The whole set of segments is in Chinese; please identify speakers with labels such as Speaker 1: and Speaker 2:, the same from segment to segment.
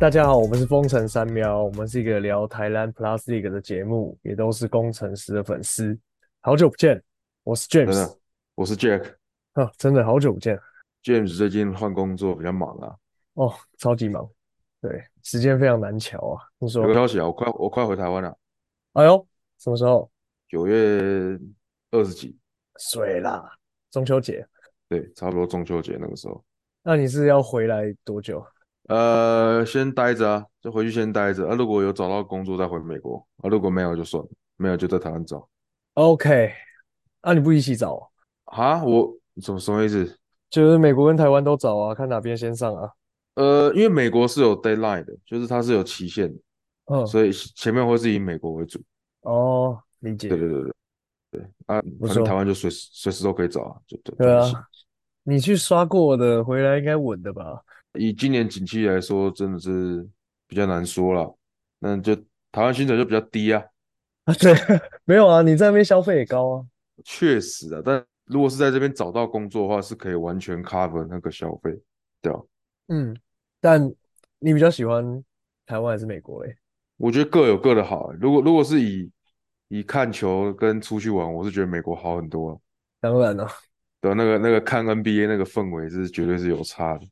Speaker 1: 大家好，我们是风城三喵，我们是一个聊台湾 Plus League 的节目，也都是工程师的粉丝。好久不见，我是
Speaker 2: 真
Speaker 1: James
Speaker 2: 的，我是 Jack。
Speaker 1: 啊，真的好久不见
Speaker 2: James 最近换工作比较忙啊，
Speaker 1: 哦，超级忙，对，时间非常难瞧啊。你说
Speaker 2: 有个，消息啊，我快我快回台湾了，
Speaker 1: 哎呦，什么时候？
Speaker 2: 九月二十几，
Speaker 1: 水啦，中秋节。
Speaker 2: 对，差不多中秋节那个时候。
Speaker 1: 那你是要回来多久？
Speaker 2: 呃，先待着啊，就回去先待着啊。如果有找到工作再回美国啊，如果没有就算了，没有就在台湾找
Speaker 1: OK，那、你不一起找哦、
Speaker 2: 啊。我什么什么意思？
Speaker 1: 就是美国跟台湾都找啊，看哪边先上啊。
Speaker 2: 呃，因为美国是有 deadline 的，就是它是有期限的，
Speaker 1: 嗯，
Speaker 2: 所以前面会是以美国为主。
Speaker 1: 哦，理解
Speaker 2: 对。对对对对啊，
Speaker 1: 不
Speaker 2: 反
Speaker 1: 错
Speaker 2: 正台湾就随时随时都可以找啊，就对
Speaker 1: 对
Speaker 2: 就
Speaker 1: 啊
Speaker 2: 行
Speaker 1: 你去刷过的，回来应该稳的吧？
Speaker 2: 以今年景气来说，真的是比较难说了。那就台湾薪水就比较低啊，
Speaker 1: 啊，对， 没有啊，你在那边消费也高啊。
Speaker 2: 确实啊。但如果是在这边找到工作的话，是可以完全 cover 那个消费，对啊。
Speaker 1: 嗯，但你比较喜欢台湾还是美国嘞？
Speaker 2: 我觉得各有各的好欸、如果如果是以以看球跟出去玩，我是觉得美国好很多啊、
Speaker 1: 当然了、啊，
Speaker 2: 对啊那个那个看 NBA 那个氛围是绝对是有差的，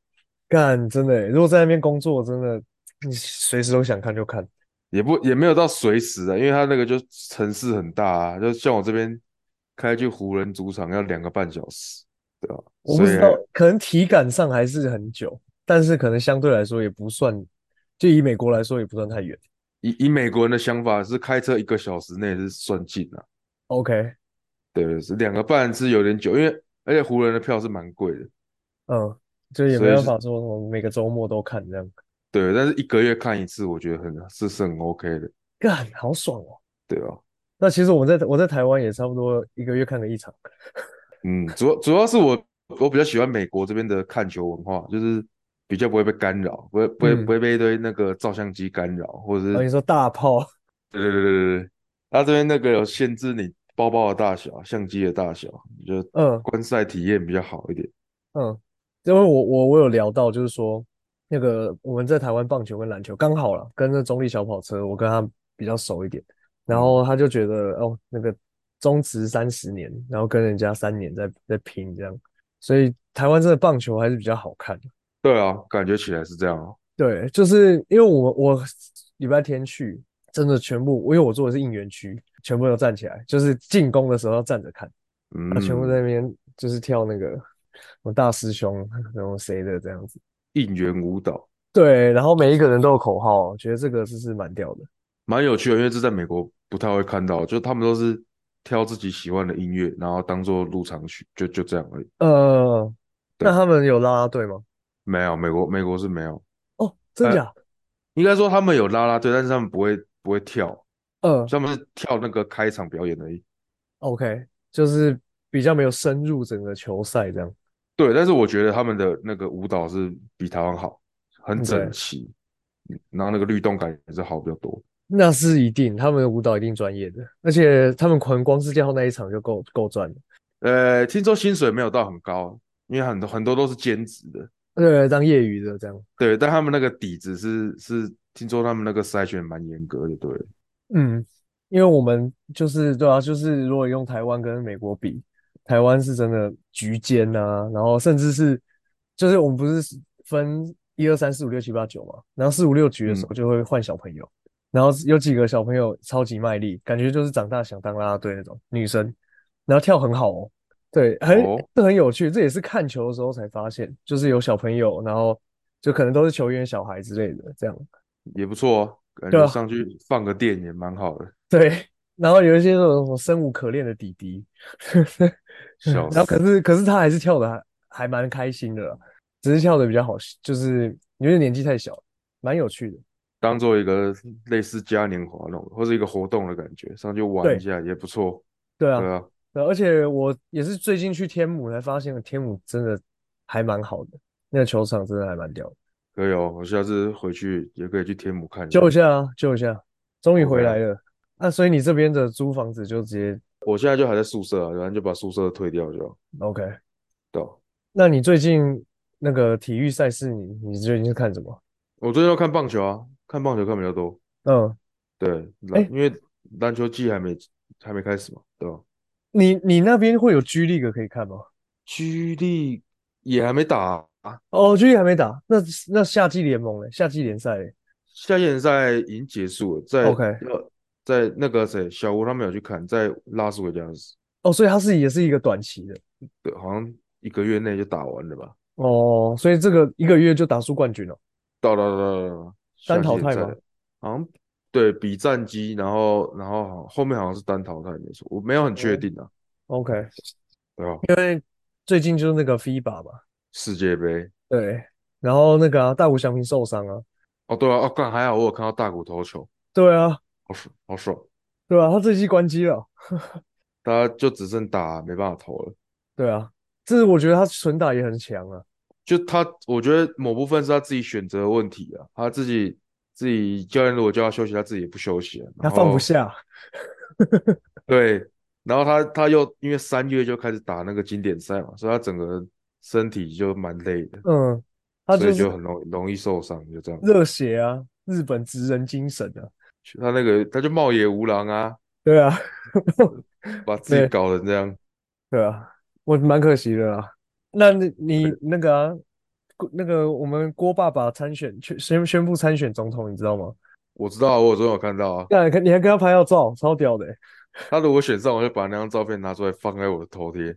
Speaker 1: 干，真的欸，如果在那边工作，真的你随时都想看就看。
Speaker 2: 也不也没有到随时啊，因为他那个就城市很大啊，就像我这边开去湖人主场要两个半小时，对啊，
Speaker 1: 我不
Speaker 2: 所
Speaker 1: 知
Speaker 2: 以
Speaker 1: 道，可能体感上还是很久，但是可能相对来说也不算，就以美国来说也不算太远。
Speaker 2: 以以美国人的想法是，开车一个小时内是算近了、
Speaker 1: OK，
Speaker 2: 对，是两个半是有点久，因为而且湖人的票是蛮贵的，
Speaker 1: 嗯，就也
Speaker 2: 所
Speaker 1: 没
Speaker 2: 以
Speaker 1: 办
Speaker 2: 是
Speaker 1: 法说什么每个周末都看这样，
Speaker 2: 对，但是一个月看一次，我觉得很是是很 OK 的，
Speaker 1: 干，好爽哦。
Speaker 2: 对啊吧？
Speaker 1: 那其实我在我在台湾也差不多一个月看个一场。
Speaker 2: 嗯，主要主要是我我比较喜欢美国这边的看球文化，就是比较不会被干扰，不会不会
Speaker 1: 嗯哦
Speaker 2: 不会被一堆那个照相机干扰，或者是
Speaker 1: 然后你说大炮，
Speaker 2: 对对对对对，他这边那个有限制你包包的大小、相机的大小，就
Speaker 1: 嗯
Speaker 2: 观赛体验比较好一点。
Speaker 1: 嗯，因为我我我有聊到，就是说那个我们在台湾棒球跟篮球刚好了，跟那中立小跑车，我跟他比较熟一点，然后他就觉得哦，那个中职三十年，然后跟人家三年在在拼这样，所以台湾这个棒球还是比较好看。
Speaker 2: 对啊，感觉起来是这样哦。
Speaker 1: 对，就是因为我我礼拜天去，真的全部，因为我坐的是应援区，全部都站起来，就是进攻的时候要站着看，他啊全部
Speaker 2: 嗯。
Speaker 1: 在那边就是跳那个我大师兄，然后谁的这样子。
Speaker 2: 应援舞蹈，
Speaker 1: 对，然后每一个人都有口号，我觉得这个是是蛮屌的。
Speaker 2: 蛮有趣的，因为这在美国不太会看到，就他们都是挑自己喜欢的音乐，然后当做入场曲，就就这样而已。
Speaker 1: 呃，
Speaker 2: 对
Speaker 1: 那他们有啦啦队吗？
Speaker 2: 没有，美国美国是没有，
Speaker 1: 哦，真
Speaker 2: 呃
Speaker 1: 假？
Speaker 2: 应该说他们有啦啦队，但是他们不会不会跳，
Speaker 1: 呃
Speaker 2: 他们是跳那个开场表演而已。
Speaker 1: ，OK，就是比较没有深入整个球赛这样。
Speaker 2: 对，但是我觉得他们的那个舞蹈是比台湾好，很整
Speaker 1: 对
Speaker 2: 齐，嗯然后那个律动感也是好比较多。
Speaker 1: 那是一定，他们的舞蹈一定专业的，而且他们可能光是叫那一场就够够赚了。
Speaker 2: 呃，听说薪水没有到很高，因为很多很多都是兼职的。
Speaker 1: 呃，当业余的这样。
Speaker 2: 对，但他们那个底子是是，听说他们那个筛选蛮严格的，对了，
Speaker 1: 嗯，因为我们就是对啊，就是如果用台湾跟美国比，台湾是真的局间呐、然后甚至是就是我们不是分一二三四五六七八九嘛，然后四五六局的时候就会换小朋友，然后有几个小朋友超级卖力，感觉就是长大想当啦啦队那种女生，然后跳很好哦，对，很
Speaker 2: 哦
Speaker 1: 这很有趣，这也是看球的时候才发现，就是有小朋友，然后就可能都是球员小孩之类的这样。
Speaker 2: 也不错哦，感
Speaker 1: 对
Speaker 2: 觉
Speaker 1: 啊
Speaker 2: 上去放个电也蛮好的，
Speaker 1: 对，然后有一些那种什么生无可恋的弟弟，嗯然后
Speaker 2: 笑
Speaker 1: 可
Speaker 2: 死。
Speaker 1: 是可是他还是跳的还还蛮开心的啦，只是跳的比较好，就是因为年纪太小，蛮有趣的。
Speaker 2: 当做一个类似嘉年华那种，或是一个活动的感觉，上去玩
Speaker 1: 对
Speaker 2: 一下也不错，
Speaker 1: 对啊，
Speaker 2: 对啊，
Speaker 1: 对啊而且我也是最近去天母才发现，天母真的还蛮好的，那个球场真的还蛮屌的。
Speaker 2: 可以哦。我下次回去也可以去天母看一下。
Speaker 1: 救一下啊，救一下，终于回
Speaker 2: OK
Speaker 1: 来了。那、所以你这边的租房子就直接
Speaker 2: 我现在就还在宿舍啊，然后就把宿舍退掉就好，
Speaker 1: OK？
Speaker 2: 对啊
Speaker 1: 那你最近那个体育赛事你，你最近是看什么？
Speaker 2: 我最近要看棒球啊，看棒球看比较多。
Speaker 1: 嗯，
Speaker 2: 对，篮
Speaker 1: 哎
Speaker 2: 因为篮球季还没还没开始嘛，对吧
Speaker 1: 你你那边会有 G League 可以看吗？
Speaker 2: ？G League 也还没打啊，
Speaker 1: 哦，G League 还没打，那那夏季联盟嘞，夏季联赛嘞
Speaker 2: 夏季联赛已经结束了，在
Speaker 1: ，OK，
Speaker 2: 要在那个谁小吴他们有去看，在拉斯维加斯，
Speaker 1: 哦，所以它是也是一个短期的
Speaker 2: 对，好像一个月内就打完了吧？
Speaker 1: 哦，所以这个一个月就打出冠军了，
Speaker 2: 到到到到到
Speaker 1: 单
Speaker 2: 夏季
Speaker 1: 淘
Speaker 2: 联
Speaker 1: 汰
Speaker 2: 赛
Speaker 1: 吗？
Speaker 2: 的，好像对比战绩，然后然后好后面好像是单淘汰没错，我没有很确
Speaker 1: 哦
Speaker 2: 定啊，
Speaker 1: ，OK，
Speaker 2: 对吧？
Speaker 1: 因为最近就是那个 FIBA 嘛，
Speaker 2: 世界杯
Speaker 1: 对，然后那个啊，大谷翔平受伤啊，
Speaker 2: 哦，对啊，哦，干还好我有看到大谷投球，
Speaker 1: 对啊，
Speaker 2: 好爽好爽，
Speaker 1: 对啊，他这季关机了，
Speaker 2: 大家就只剩打没办法投了。
Speaker 1: 对啊，这是我觉得他纯打也很强啊，
Speaker 2: 就他，我觉得某部分是他自己选择的问题啊。他自己自己教练如果叫他休息，他自己也不休息啊。
Speaker 1: 他
Speaker 2: 然
Speaker 1: 放不
Speaker 2: 后
Speaker 1: 下，
Speaker 2: 对，然后他他又因为三月就开始打那个经典赛嘛，所以他整个身体就蛮累的，
Speaker 1: 嗯，他
Speaker 2: 所
Speaker 1: 就
Speaker 2: 以
Speaker 1: 是
Speaker 2: 就很容容易受伤，就这样。
Speaker 1: 热血啊，日本职人精神啊，
Speaker 2: 他那个他就茂野无郎啊，
Speaker 1: 对啊，
Speaker 2: 把自己
Speaker 1: 对。
Speaker 2: 搞成这样。
Speaker 1: 对啊，我蛮可惜的啊。那你你
Speaker 2: 对
Speaker 1: 那个啊，郭那个我们郭爸爸参选，宣宣宣布参选总统，你知道吗？
Speaker 2: 我知道，我有时候有看到啊。
Speaker 1: 那你看你还跟他拍到照，超屌的欸、
Speaker 2: 他如果选上，我就把那张照片拿出来放在我的头贴。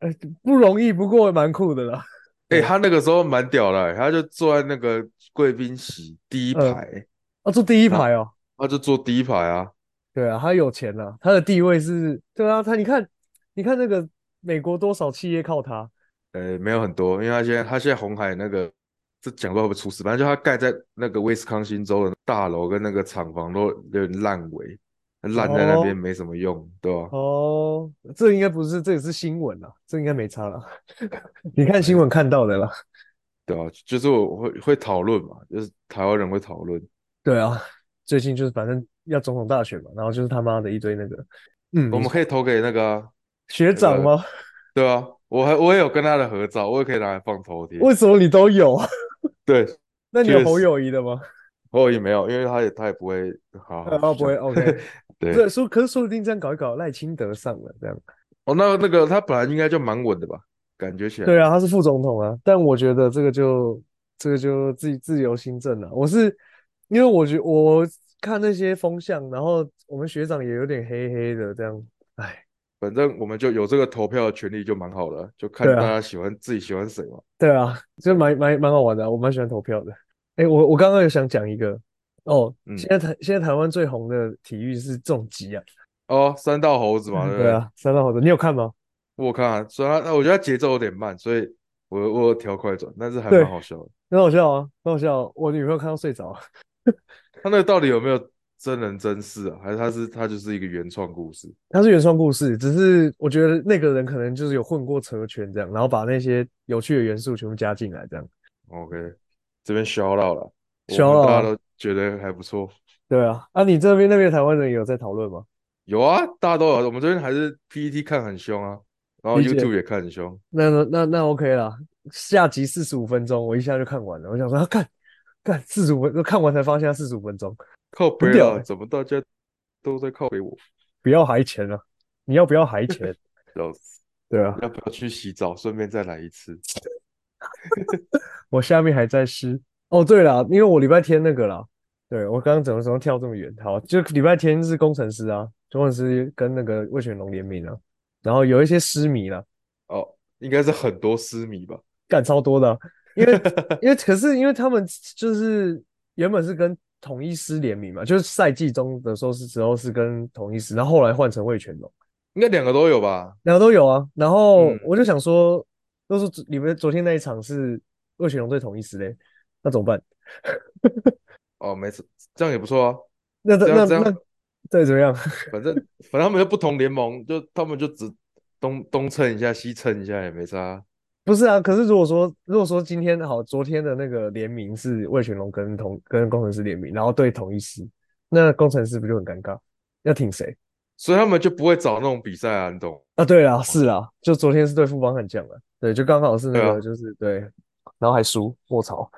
Speaker 1: 呃，不容易，不过蛮酷的啦。对，
Speaker 2: 哎、他那个时候蛮屌的欸、他就坐在那个贵宾席第一
Speaker 1: 嗯，
Speaker 2: 排，
Speaker 1: 啊，坐第一
Speaker 2: 然后
Speaker 1: 排哦。
Speaker 2: 他就坐第一排啊。
Speaker 1: 对啊，他有钱啊，他的地位是，对啊，他你看，你看那个美国多少企业靠他，
Speaker 2: 呃，没有很多，因为他现在他现在红海那个，这讲不知道会不会出事，反正就他盖在那个威斯康星州的大楼跟那个厂房都有点烂尾，烂在那边
Speaker 1: 哦
Speaker 2: 没什么用，对啊吧？
Speaker 1: 哦，这应该不是，这也是新闻啦，这应该没差啦。 你看新
Speaker 2: 哎，
Speaker 1: 闻看到的啦。
Speaker 2: 对吧？就是我会会讨论嘛，就是台湾人会讨论，
Speaker 1: 对啊，最近就是反正要总统大选嘛，然后就是他妈的一堆那个，嗯，
Speaker 2: 我
Speaker 1: 你
Speaker 2: 们可以投给那个啊
Speaker 1: 学
Speaker 2: 那
Speaker 1: 长
Speaker 2: 个，
Speaker 1: 吗？
Speaker 2: 对啊，我还我也有跟他的合照，我也可以拿来放头贴。
Speaker 1: 为什么你都有啊？
Speaker 2: 对，
Speaker 1: 那你有
Speaker 2: 呃确
Speaker 1: 侯
Speaker 2: 实。
Speaker 1: 友谊的吗？
Speaker 2: 哦，也没有，因为他也他也不会，好
Speaker 1: 呃
Speaker 2: 好
Speaker 1: 哦，不
Speaker 2: 就这
Speaker 1: 会
Speaker 2: 样。
Speaker 1: ，OK。
Speaker 2: 啊对，
Speaker 1: 这说，可是说不定这样搞一搞，赖清德上了这样。
Speaker 2: 哦，那那个他本来应该就蛮稳的吧，感觉起来。
Speaker 1: 对啊，他是副总统啊，但我觉得这个就这个就自己自由新政啊了。我是因为我觉我看那些风向，然后我们学长也有点黑黑的这样，哎，
Speaker 2: 反正我们就有这个投票的权利，就蛮好了，就看
Speaker 1: 对
Speaker 2: 大
Speaker 1: 啊。
Speaker 2: 家喜欢自己喜欢谁嘛。
Speaker 1: 对啊，就蛮蛮蛮好玩的啊我蛮喜欢投票的。哎，我我刚刚有想讲一个哦，现
Speaker 2: 嗯，
Speaker 1: 在台现在台湾最红的体育是重击啊，
Speaker 2: 哦，三道猴子嘛，对不
Speaker 1: 对
Speaker 2: 对？
Speaker 1: 啊，三道猴子，你有看吗？
Speaker 2: 我看啊，虽然他我觉得他节奏有点慢，所以我我有调快转，但是还
Speaker 1: 对，
Speaker 2: 蛮好笑的。
Speaker 1: 很好笑啊，很好笑啊我女朋友看到睡着啊。
Speaker 2: 他那个到底有没有真人真事啊？还是他是他就是一个原创故事？
Speaker 1: 它是原创故事，只是我觉得那个人可能就是有混过车圈这样，然后把那些有趣的元素全部加进来这样。
Speaker 2: OK，这边 shout out 了，我
Speaker 1: 小
Speaker 2: 们大家
Speaker 1: 啊，
Speaker 2: 都觉得还不错。
Speaker 1: 对啊，啊，你这边那边台湾人有在讨论吗？
Speaker 2: 有啊，大家都有。我们这边还是 PPT 看很凶啊，然后
Speaker 1: 理解，
Speaker 2: YouTube 也看很凶。
Speaker 1: 那那那那 OK 啦，下集四十五分钟，我一下就看完了。我想说，啊，看，看四十五分，看完才发现四十五分钟，
Speaker 2: 靠
Speaker 1: 很
Speaker 2: 北
Speaker 1: 屌
Speaker 2: 啦，
Speaker 1: 哎、
Speaker 2: 怎么大家都在靠北我？
Speaker 1: 不要还钱啊！你要不要还钱？
Speaker 2: 要死！
Speaker 1: 对
Speaker 2: 要
Speaker 1: 啊，
Speaker 2: 不要去洗澡？顺便再来一次。
Speaker 1: 我下面还在湿。哦，对啦，因为我礼拜天那个啦，对，我刚刚怎么怎么跳这么远？好，就礼拜天是工程师啊，工程师跟那个魏全龙联名啊，然后有一些狮迷啦，
Speaker 2: 哦，应该是很多私迷吧？
Speaker 1: 干超多的啊，因 为因为可是因为他们就是原本是跟统一狮联名嘛，就是赛季中的时候是时候是跟统一狮，然后后来换成味全龙，
Speaker 2: 应该两个都有吧？
Speaker 1: 两个都有啊。然后
Speaker 2: 嗯，
Speaker 1: 我就想说，都是你们昨天那一场是味全龙对统一狮嘞，那怎么办？
Speaker 2: 哦，没事，这样也不错啊。
Speaker 1: 那
Speaker 2: 这样
Speaker 1: 那
Speaker 2: 这
Speaker 1: 那
Speaker 2: 样，
Speaker 1: 那对怎么样？
Speaker 2: 反正反正他们又不同联盟，就他们就只东东蹭一下，西蹭一下也没差。
Speaker 1: 不是啊，可是如果说如果说今天好，昨天的那个联名是味全龙跟同跟工程师联名，然后对同一师，那工程师不就很尴尬？要挺谁
Speaker 2: 所以他们就不会找那种比赛啊，你懂
Speaker 1: 啊？对啦，
Speaker 2: 吗？
Speaker 1: 啊是啦，就昨天是对富邦悍将了，对，就刚好是那
Speaker 2: 对
Speaker 1: 个
Speaker 2: 啊，
Speaker 1: 就是对然后还输，卧槽！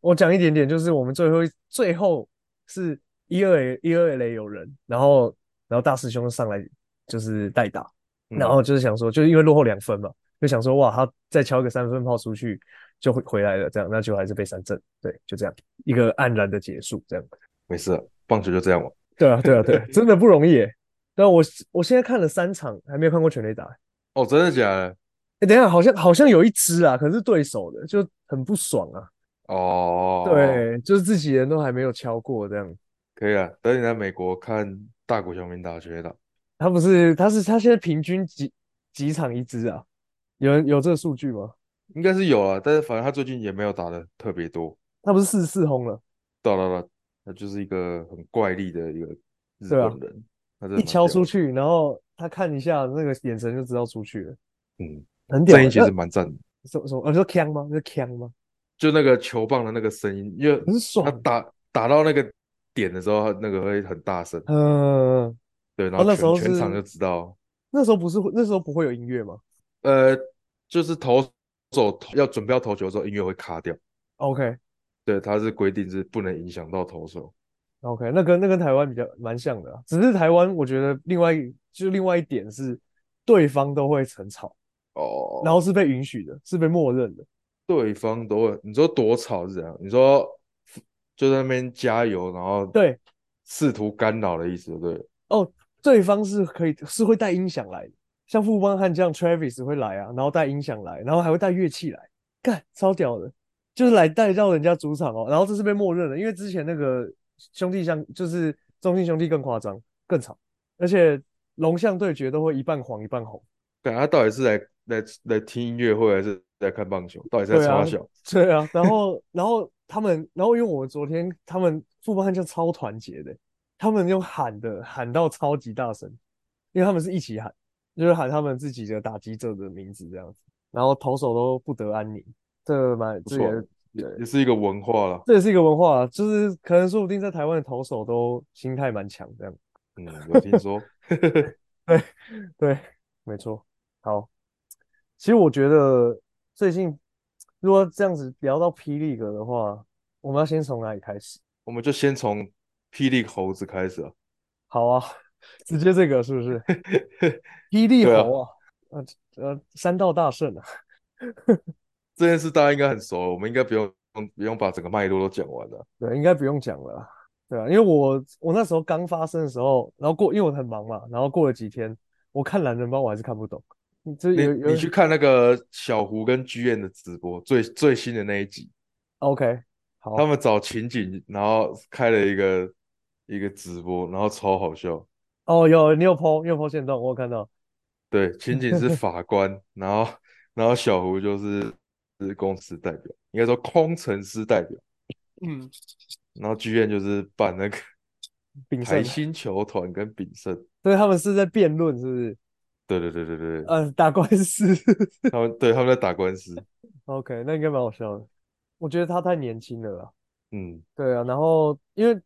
Speaker 1: 我讲一点点，就是我们最后一最后是一二垒一二垒有人，然后然后大师兄上来就是代打，
Speaker 2: 嗯
Speaker 1: 然后就是想说，就是因为落后两分嘛，就想说哇，他再敲一个三分炮出去就回回来了，这样那就还是被三振，对，就这样一个黯然的结束，这样。
Speaker 2: 没事啊，棒球就这样嘛。
Speaker 1: 对啊，对啊， 对啊，真的不容易耶。但我我现在看了三场，还没有看过全垒打。
Speaker 2: 哦，真的假的？
Speaker 1: 哎，等一下，好像好像有一支啊，可是对手的就很不爽啊。
Speaker 2: 哦，，
Speaker 1: 对，就是自己人都还没有敲过这样。
Speaker 2: 可以啊。等你来美国看大谷翔平打全垒打，
Speaker 1: 他不是，他是他现在平均几几场一支啊？有人有这个数据吗？
Speaker 2: 应该是有啊，但是反正他最近也没有打的特别多。
Speaker 1: 他不是四十四轰了，
Speaker 2: 到了了，啊他就是一个很怪力的一个日
Speaker 1: 对啊
Speaker 2: 本人，他真的
Speaker 1: 一
Speaker 2: 蛮
Speaker 1: 敲
Speaker 2: 屌
Speaker 1: 出
Speaker 2: 的，
Speaker 1: 去，然后他看一下那个眼神就知道出去了，
Speaker 2: 嗯，
Speaker 1: 很屌
Speaker 2: 声
Speaker 1: 欸。
Speaker 2: 音其
Speaker 1: 那
Speaker 2: 实蛮赞的，
Speaker 1: 什么什么？呃，你说枪吗？你说枪吗？
Speaker 2: 就那个球棒的那个声音，因为
Speaker 1: 很
Speaker 2: 他
Speaker 1: 爽。
Speaker 2: 打打到那个点的时候，他那个会很大声，
Speaker 1: 嗯，
Speaker 2: 对，然
Speaker 1: 哦，
Speaker 2: 后
Speaker 1: 那时
Speaker 2: 全
Speaker 1: 候
Speaker 2: 全场
Speaker 1: 是
Speaker 2: 就知道，
Speaker 1: 那时候不是会那时候不会有音乐吗
Speaker 2: 呃，就是投手投要准备要投球的时候，音乐会卡掉，
Speaker 1: ？OK。
Speaker 2: 对，他是规定是不能影响到投手，
Speaker 1: OK，那跟那跟台湾比较蛮像的啊只是台湾我觉得另外一就另外一点是，对方都会很吵，然
Speaker 2: 哦，
Speaker 1: 后是被允许的，是被默认的。
Speaker 2: 对方都会，你说多吵是怎样？你说就在那边加油，然后
Speaker 1: 对，
Speaker 2: 试图干扰的意思，对不对。
Speaker 1: 哦，对方是可以是会带音响来的，像富邦悍将 Travis 会来啊，然后带音响来，然后还会带乐器来，干超屌的，就是来带到人家主场哦。然后这是被默认的，因为之前那个兄弟像就是中信兄弟更夸张，更吵，而且龙象对决都会一半黄一半红。
Speaker 2: 感啊他到底是来来来听音乐会，还是来看棒球？到底是在
Speaker 1: 对啊
Speaker 2: 插小？
Speaker 1: 对啊，然后然后他们，然后因为我昨天他们富邦悍将超团结的，他们用喊的喊到超级大声，因为他们是一起喊，就是喊他们自己的打击者的名字这样子，然后投手都不得安宁，这蛮
Speaker 2: 不
Speaker 1: 这
Speaker 2: 错啊，
Speaker 1: 也
Speaker 2: 也
Speaker 1: 对
Speaker 2: 也是一个文化了。
Speaker 1: 这也是一个文化啊，就是可能说不定在台湾的投手都心态蛮强这样，
Speaker 2: 嗯，有听说。
Speaker 1: 对对，没错，好，其实我觉得最近如果这样子聊到霹雳哥的话，我们要先从哪里开始？
Speaker 2: 我们就先从霹雳猴子开始啊。
Speaker 1: 好啊，直接这个是不是？霹雳
Speaker 2: 对啊
Speaker 1: 猴啊，呃呃，三道大圣啊，
Speaker 2: 这件事大家应该很熟，我们应该不用不用把整个脉络都讲完了。
Speaker 1: 对，应该不用讲了啦，对啊，因为我我那时候刚发生的时候，然后过，因为我很忙嘛，然后过了几天，我看懒人包我还是看不懂，你这
Speaker 2: 你
Speaker 1: 有有
Speaker 2: 你去看那个小胡跟剧院的直播，最最新的那一集，
Speaker 1: OK，好
Speaker 2: 他们找情景，然后开了一个一个直播，然后超好笑。
Speaker 1: 哦，有你有 po 你有 po 线动，我有看到，
Speaker 2: 对，情景是法官，然后然后小胡就是是公司代表，应该说工程师代表，
Speaker 1: 嗯，
Speaker 2: 然后剧院就是办那个
Speaker 1: 炳
Speaker 2: 台
Speaker 1: 胜，
Speaker 2: 新球团跟炳胜，
Speaker 1: 所以他们是在辩论是不是？
Speaker 2: 对对对对对，
Speaker 1: 呃，打官司
Speaker 2: 他们对他们在打官司，
Speaker 1: ，OK，那应该蛮好笑的，我觉得他太年轻了啦。
Speaker 2: 嗯，
Speaker 1: 对啊，然后因为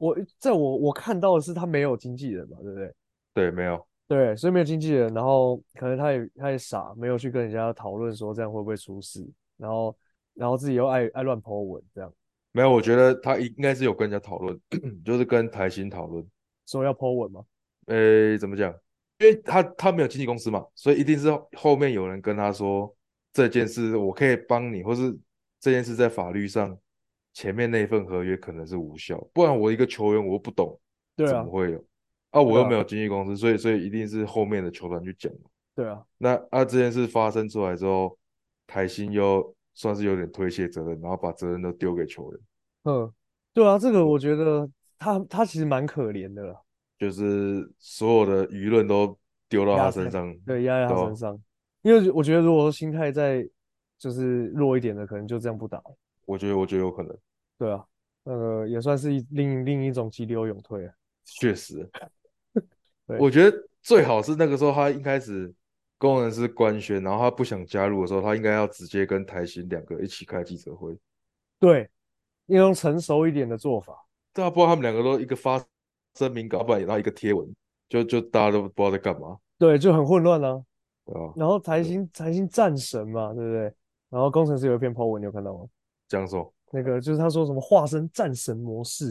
Speaker 1: 我在我我看到的是他没有经纪人嘛，对不对？
Speaker 2: 对，没有，
Speaker 1: 对，所以没有经纪人，然后可能他也他也傻，没有去跟人家讨论说这样会不会出事，然后然后自己又爱爱乱 po 文，这样
Speaker 2: 没有，我觉得他应该是有跟人家讨论， 就是跟台新讨论，
Speaker 1: 说要 po 文嘛。
Speaker 2: 诶，怎么讲？因为他他没有经纪公司嘛，所以一定是后后面有人跟他说这件事我可以帮你，或是这件事在法律上前面那一份合约可能是无效，不然我一个球员我又不懂
Speaker 1: 对
Speaker 2: 怎
Speaker 1: 啊
Speaker 2: 么，会有啊，
Speaker 1: 对
Speaker 2: 我又
Speaker 1: 啊
Speaker 2: 没有经纪公司，所以所以一定是后面的球团去讲。
Speaker 1: 对啊，
Speaker 2: 那啊这件事发生出来之后，台新又算是有点推卸责任，然后把责任都丢给球员，
Speaker 1: 嗯，对啊，这个我觉得他他其实蛮可怜的啦，
Speaker 2: 就是所有的舆论都丢到
Speaker 1: 压
Speaker 2: 他
Speaker 1: 在
Speaker 2: 身上，
Speaker 1: 对，压在他
Speaker 2: 对啊
Speaker 1: 身上，因为我觉得如果说心态再就是弱一点的，可能就这样不打了。
Speaker 2: 我觉得我觉得有可能。
Speaker 1: 对啊，那个也算是一另另一种急流勇退啊。，
Speaker 2: 确实
Speaker 1: 对
Speaker 2: 我觉得最好是那个时候他一开始工人是官宣，然后他不想加入的时候，他应该要直接跟台新两个一起开记者会。
Speaker 1: 对，要用成熟一点的做法。
Speaker 2: 大家啊不知道他们两个都一个发声明稿，不然然后一个贴文，就就大家都不知道在干嘛，
Speaker 1: 对，就很混乱啊。
Speaker 2: 对吧？
Speaker 1: 然后台
Speaker 2: 对
Speaker 1: 新台新战神嘛，对不对？然后工程师有一篇 po 文，你有看到吗？
Speaker 2: 讲什么？
Speaker 1: 那个就是他说什么化身战神模式，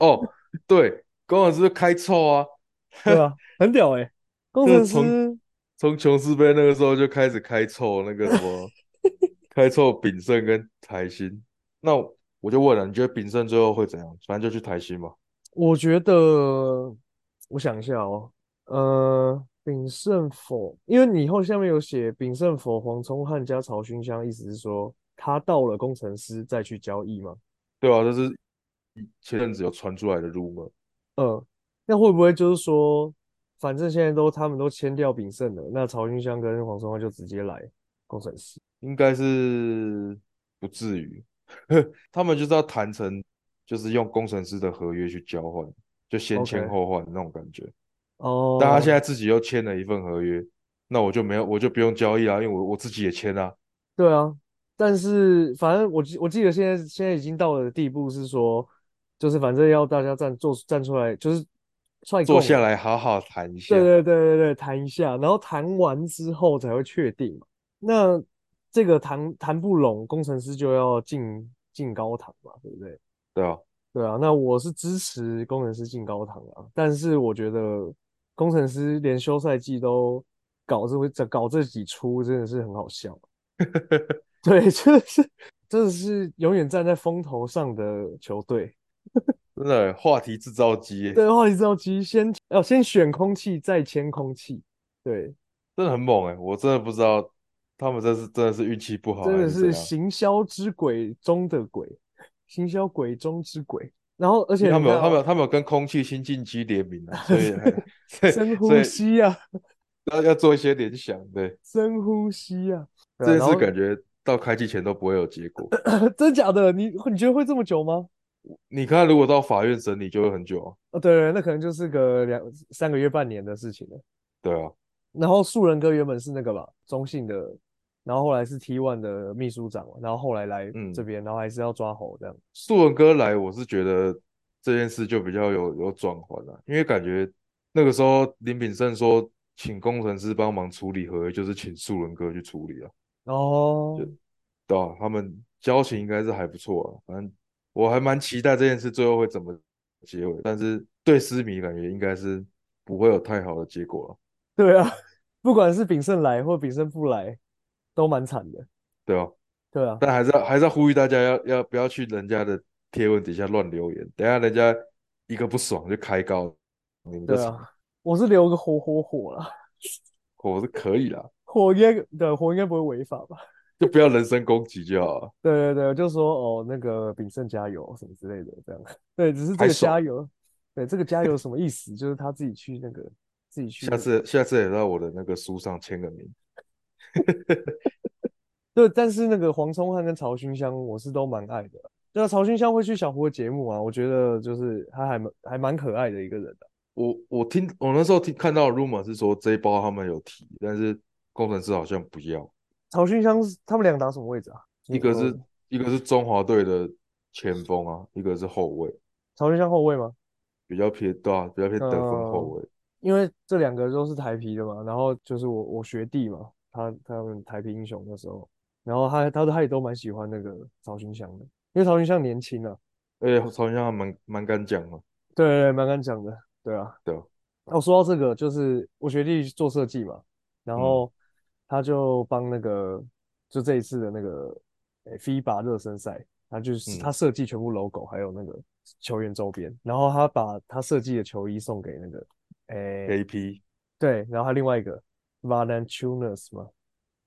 Speaker 2: 哦，对，工程师开臭啊，
Speaker 1: 对 吧、很屌哎、工
Speaker 2: 这
Speaker 1: 程
Speaker 2: 个从
Speaker 1: 师
Speaker 2: 从琼斯杯那个时候就开始开臭那个什么，开臭炳胜跟台新。那我我就问了，你觉得炳胜最后会怎样？反正就去台新嘛。
Speaker 1: 我觉得，我想一下哦，呃，丙胜否，因为你以后下面有写丙胜否黄聪汉加曹勋香，意思是说他到了工程师再去交易嘛？
Speaker 2: 对啊，这是前阵子有传出来的 rumor。
Speaker 1: 嗯，那会不会就是说，反正现在都他们都签掉丙胜了，那曹勋香跟黄聪汉就直接来工程师？
Speaker 2: 应该是不至于， 他们就是要谈成，就是用工程师的合约去交换，就先签
Speaker 1: OK
Speaker 2: 后换那种感觉。
Speaker 1: 哦，
Speaker 2: 但他现在自己又签了一份合约，那我就没有，我就不用交易啊，因为我我自己也签啊。
Speaker 1: 对啊，但是反正我记我记得现在现在已经到了地步是说，就是反正要大家站坐站出来，就是踹
Speaker 2: 坐
Speaker 1: 共
Speaker 2: 下
Speaker 1: 啊，
Speaker 2: 来好好谈一下
Speaker 1: 对。对对对对，谈一下，然后谈完之后才会确定嘛。那这个谈谈不拢，工程师就要进进高堂嘛，对不对？
Speaker 2: 对啊，
Speaker 1: 对啊，那我是支持工程师进高堂啊，但是我觉得工程师连休赛季都搞这回这搞这几出，真的是很好 笑。对， 真的是真的是永远站在风头上的球队。
Speaker 2: 真的话题制造机耶，
Speaker 1: 对，话题制造机先要、先选空气，再签空气。对，
Speaker 2: 真的很猛哎，我真的不知道他们这是真的是运气不好
Speaker 1: 真
Speaker 2: 还
Speaker 1: 的
Speaker 2: 是怎
Speaker 1: 是
Speaker 2: 样，
Speaker 1: 行销之鬼中的鬼，行销鬼中之鬼。然后，而
Speaker 2: 因
Speaker 1: 且
Speaker 2: 为他
Speaker 1: 你
Speaker 2: 们有
Speaker 1: 看
Speaker 2: 他们
Speaker 1: 哦
Speaker 2: 有他们有跟空气新进机联名 啊，所以所以
Speaker 1: 深
Speaker 2: 所
Speaker 1: 呼
Speaker 2: 以
Speaker 1: 吸啊，
Speaker 2: 要要做一些联想，对。
Speaker 1: 深呼吸啊。对啊
Speaker 2: 这件
Speaker 1: 然
Speaker 2: 事
Speaker 1: 后
Speaker 2: 感觉到开机前都不会有结果。
Speaker 1: 真假的？你你觉得会这么久吗？
Speaker 2: 你看，如果到法院审理就会很久啊。
Speaker 1: 哦，对对，那可能就是个两三个月、半年的事情了。
Speaker 2: 对啊，
Speaker 1: 然后树人哥原本是那个吧，中信的，然后后来是 T One 的秘书长嘛，然后后来来
Speaker 2: 嗯
Speaker 1: 这边，然后还是要抓猴这样。
Speaker 2: 素文哥来，我是觉得这件事就比较有有转圜了，因为感觉那个时候林炳胜说请工程师帮忙处理合约，就是请素文哥去处理啊。
Speaker 1: 哦，
Speaker 2: 对啊，他们交情应该是还不错啊。反正我还蛮期待这件事最后会怎么结尾，但是对思迷感觉应该是不会有太好的结果了。
Speaker 1: 对啊， 不管是炳胜来或炳胜不来，都蛮惨的。
Speaker 2: 对啊。
Speaker 1: 对啊，
Speaker 2: 但还是要还是要呼吁大家要要不要去人家的贴文底下乱留言，等一下人家一个不爽就开高，你们就
Speaker 1: 对
Speaker 2: 惨
Speaker 1: 啊，我是留个活活火啦，
Speaker 2: 我是可以啦，
Speaker 1: 火应该对火应该不会违法吧？
Speaker 2: 就不要人身攻击就好了。
Speaker 1: 对对对，就说哦那个炳胜加油什么之类的这样。 对，只是这
Speaker 2: 还
Speaker 1: 个
Speaker 2: 爽
Speaker 1: 加油，对这个加油什么意思？就是他自己去那个自己去
Speaker 2: 下次下次也到我的那个书上签个名，
Speaker 1: 对，但是那个黄聪汉跟曹勋香，我是都蛮爱的。对啊，曹勋香会去小胡的节目啊，我觉得就是他还蛮还蛮可爱的一个人啊的、
Speaker 2: 我我听我那时候听看到的 rumor 是说这一包他们有提，但是工程师好像不要，
Speaker 1: 曹勋香是他们俩打什么位置啊？
Speaker 2: 一个
Speaker 1: 你
Speaker 2: 是一个是中华队的前锋啊，一个是后卫，
Speaker 1: 曹勋香后卫吗？
Speaker 2: 比较偏对啊，比较偏得分后
Speaker 1: 嗯
Speaker 2: 卫。
Speaker 1: 因为这两个都是台皮的嘛，然后就是我我学弟嘛，他他们台皮英雄的时候，然后他他他也都蛮喜欢那个曹勋香的，因为曹勋香年轻啊，
Speaker 2: 而且曹云还蛮蛮敢讲啊的，
Speaker 1: 对对对，蛮敢讲的，对啊。
Speaker 2: 对啊
Speaker 1: 哦，说到这个，就是我学弟做设计嘛，然
Speaker 2: 嗯
Speaker 1: 后他就帮那个就这一次的那个哎诶 FIBA 热身赛，他就是
Speaker 2: 嗯
Speaker 1: 他设计全部 logo，还有那个球员周边，然后他把他设计的球衣送给那个哎诶
Speaker 2: AP，
Speaker 1: 对，然后还有另外一个 Valanciunas 嘛，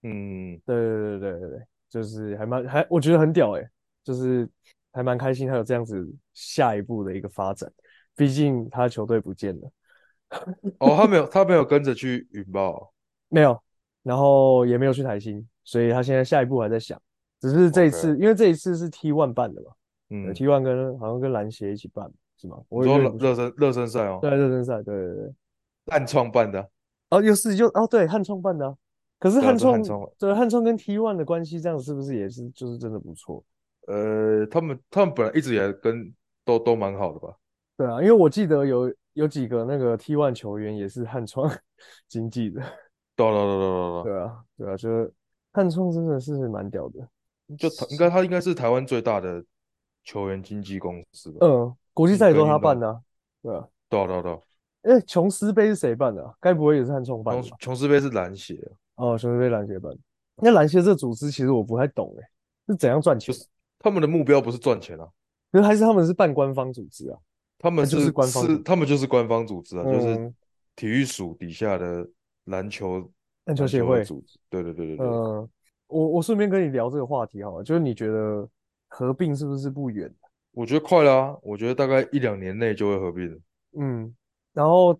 Speaker 2: 嗯。
Speaker 1: 对对对对对对，就是还蛮还我觉得很屌诶、就是还蛮开心他有这样子下一步的一个发展，毕竟他球队不见了。
Speaker 2: 哦，他没有，他没有跟着去云豹啊
Speaker 1: 没有，然后也没有去台新，所以他现在下一步还在想，只是这一
Speaker 2: OK
Speaker 1: 次，因为这一次是 T One 办的嘛，
Speaker 2: 哦。嗯，
Speaker 1: T One 跟好像跟篮协一起办是吗？
Speaker 2: 你
Speaker 1: 我
Speaker 2: 说
Speaker 1: 有点
Speaker 2: 热
Speaker 1: 不
Speaker 2: 热身热身赛哦，
Speaker 1: 对热身赛，对对对，
Speaker 2: 烂创办的啊，
Speaker 1: 哦，又是又哦，对汉创办的啊，可是
Speaker 2: 对啊
Speaker 1: 汉
Speaker 2: 是汉
Speaker 1: 创
Speaker 2: 创
Speaker 1: 对汉创跟 T One 的关系这样是不是也是就是真的不错？
Speaker 2: 呃，他们他们本来一直以来跟都都蛮好的吧？
Speaker 1: 对啊，因为我记得有有几个那个 T One 球员也是汉创 经纪的，
Speaker 2: 对啊对啊对啊对啊对啊
Speaker 1: 对啊对啊，就是汉创真的是蛮屌的，
Speaker 2: 就台应该他应该是台湾最大的球员经纪公司吧？
Speaker 1: 嗯，国际赛也都是他办
Speaker 2: 跟运
Speaker 1: 的
Speaker 2: 动
Speaker 1: 啊，对啊。
Speaker 2: 对啊对啊对啊，
Speaker 1: 哎，琼斯杯是谁办的啊？该不会也是汉创办的
Speaker 2: 琼
Speaker 1: 吧？
Speaker 2: 琼斯杯是啊篮协，
Speaker 1: 哦，琼斯杯篮协办的。那篮协这组织其实我不太懂哎，是怎样赚钱？
Speaker 2: 他们的目标不是赚钱啊，
Speaker 1: 可是还是他们是办官方组织啊？
Speaker 2: 他们
Speaker 1: 那就是
Speaker 2: 是
Speaker 1: 官方组织
Speaker 2: 他们就是官方组织啊，就是
Speaker 1: 嗯，
Speaker 2: 体育署底下的篮球
Speaker 1: 篮球
Speaker 2: 篮
Speaker 1: 协
Speaker 2: 球
Speaker 1: 会
Speaker 2: 的。组织。对对对对对，
Speaker 1: 嗯，我我顺便跟你聊这个话题好了，就是你觉得合并是不是不远？
Speaker 2: 我觉得快了啊，我觉得大概一两年内就会合并了。
Speaker 1: 嗯，然后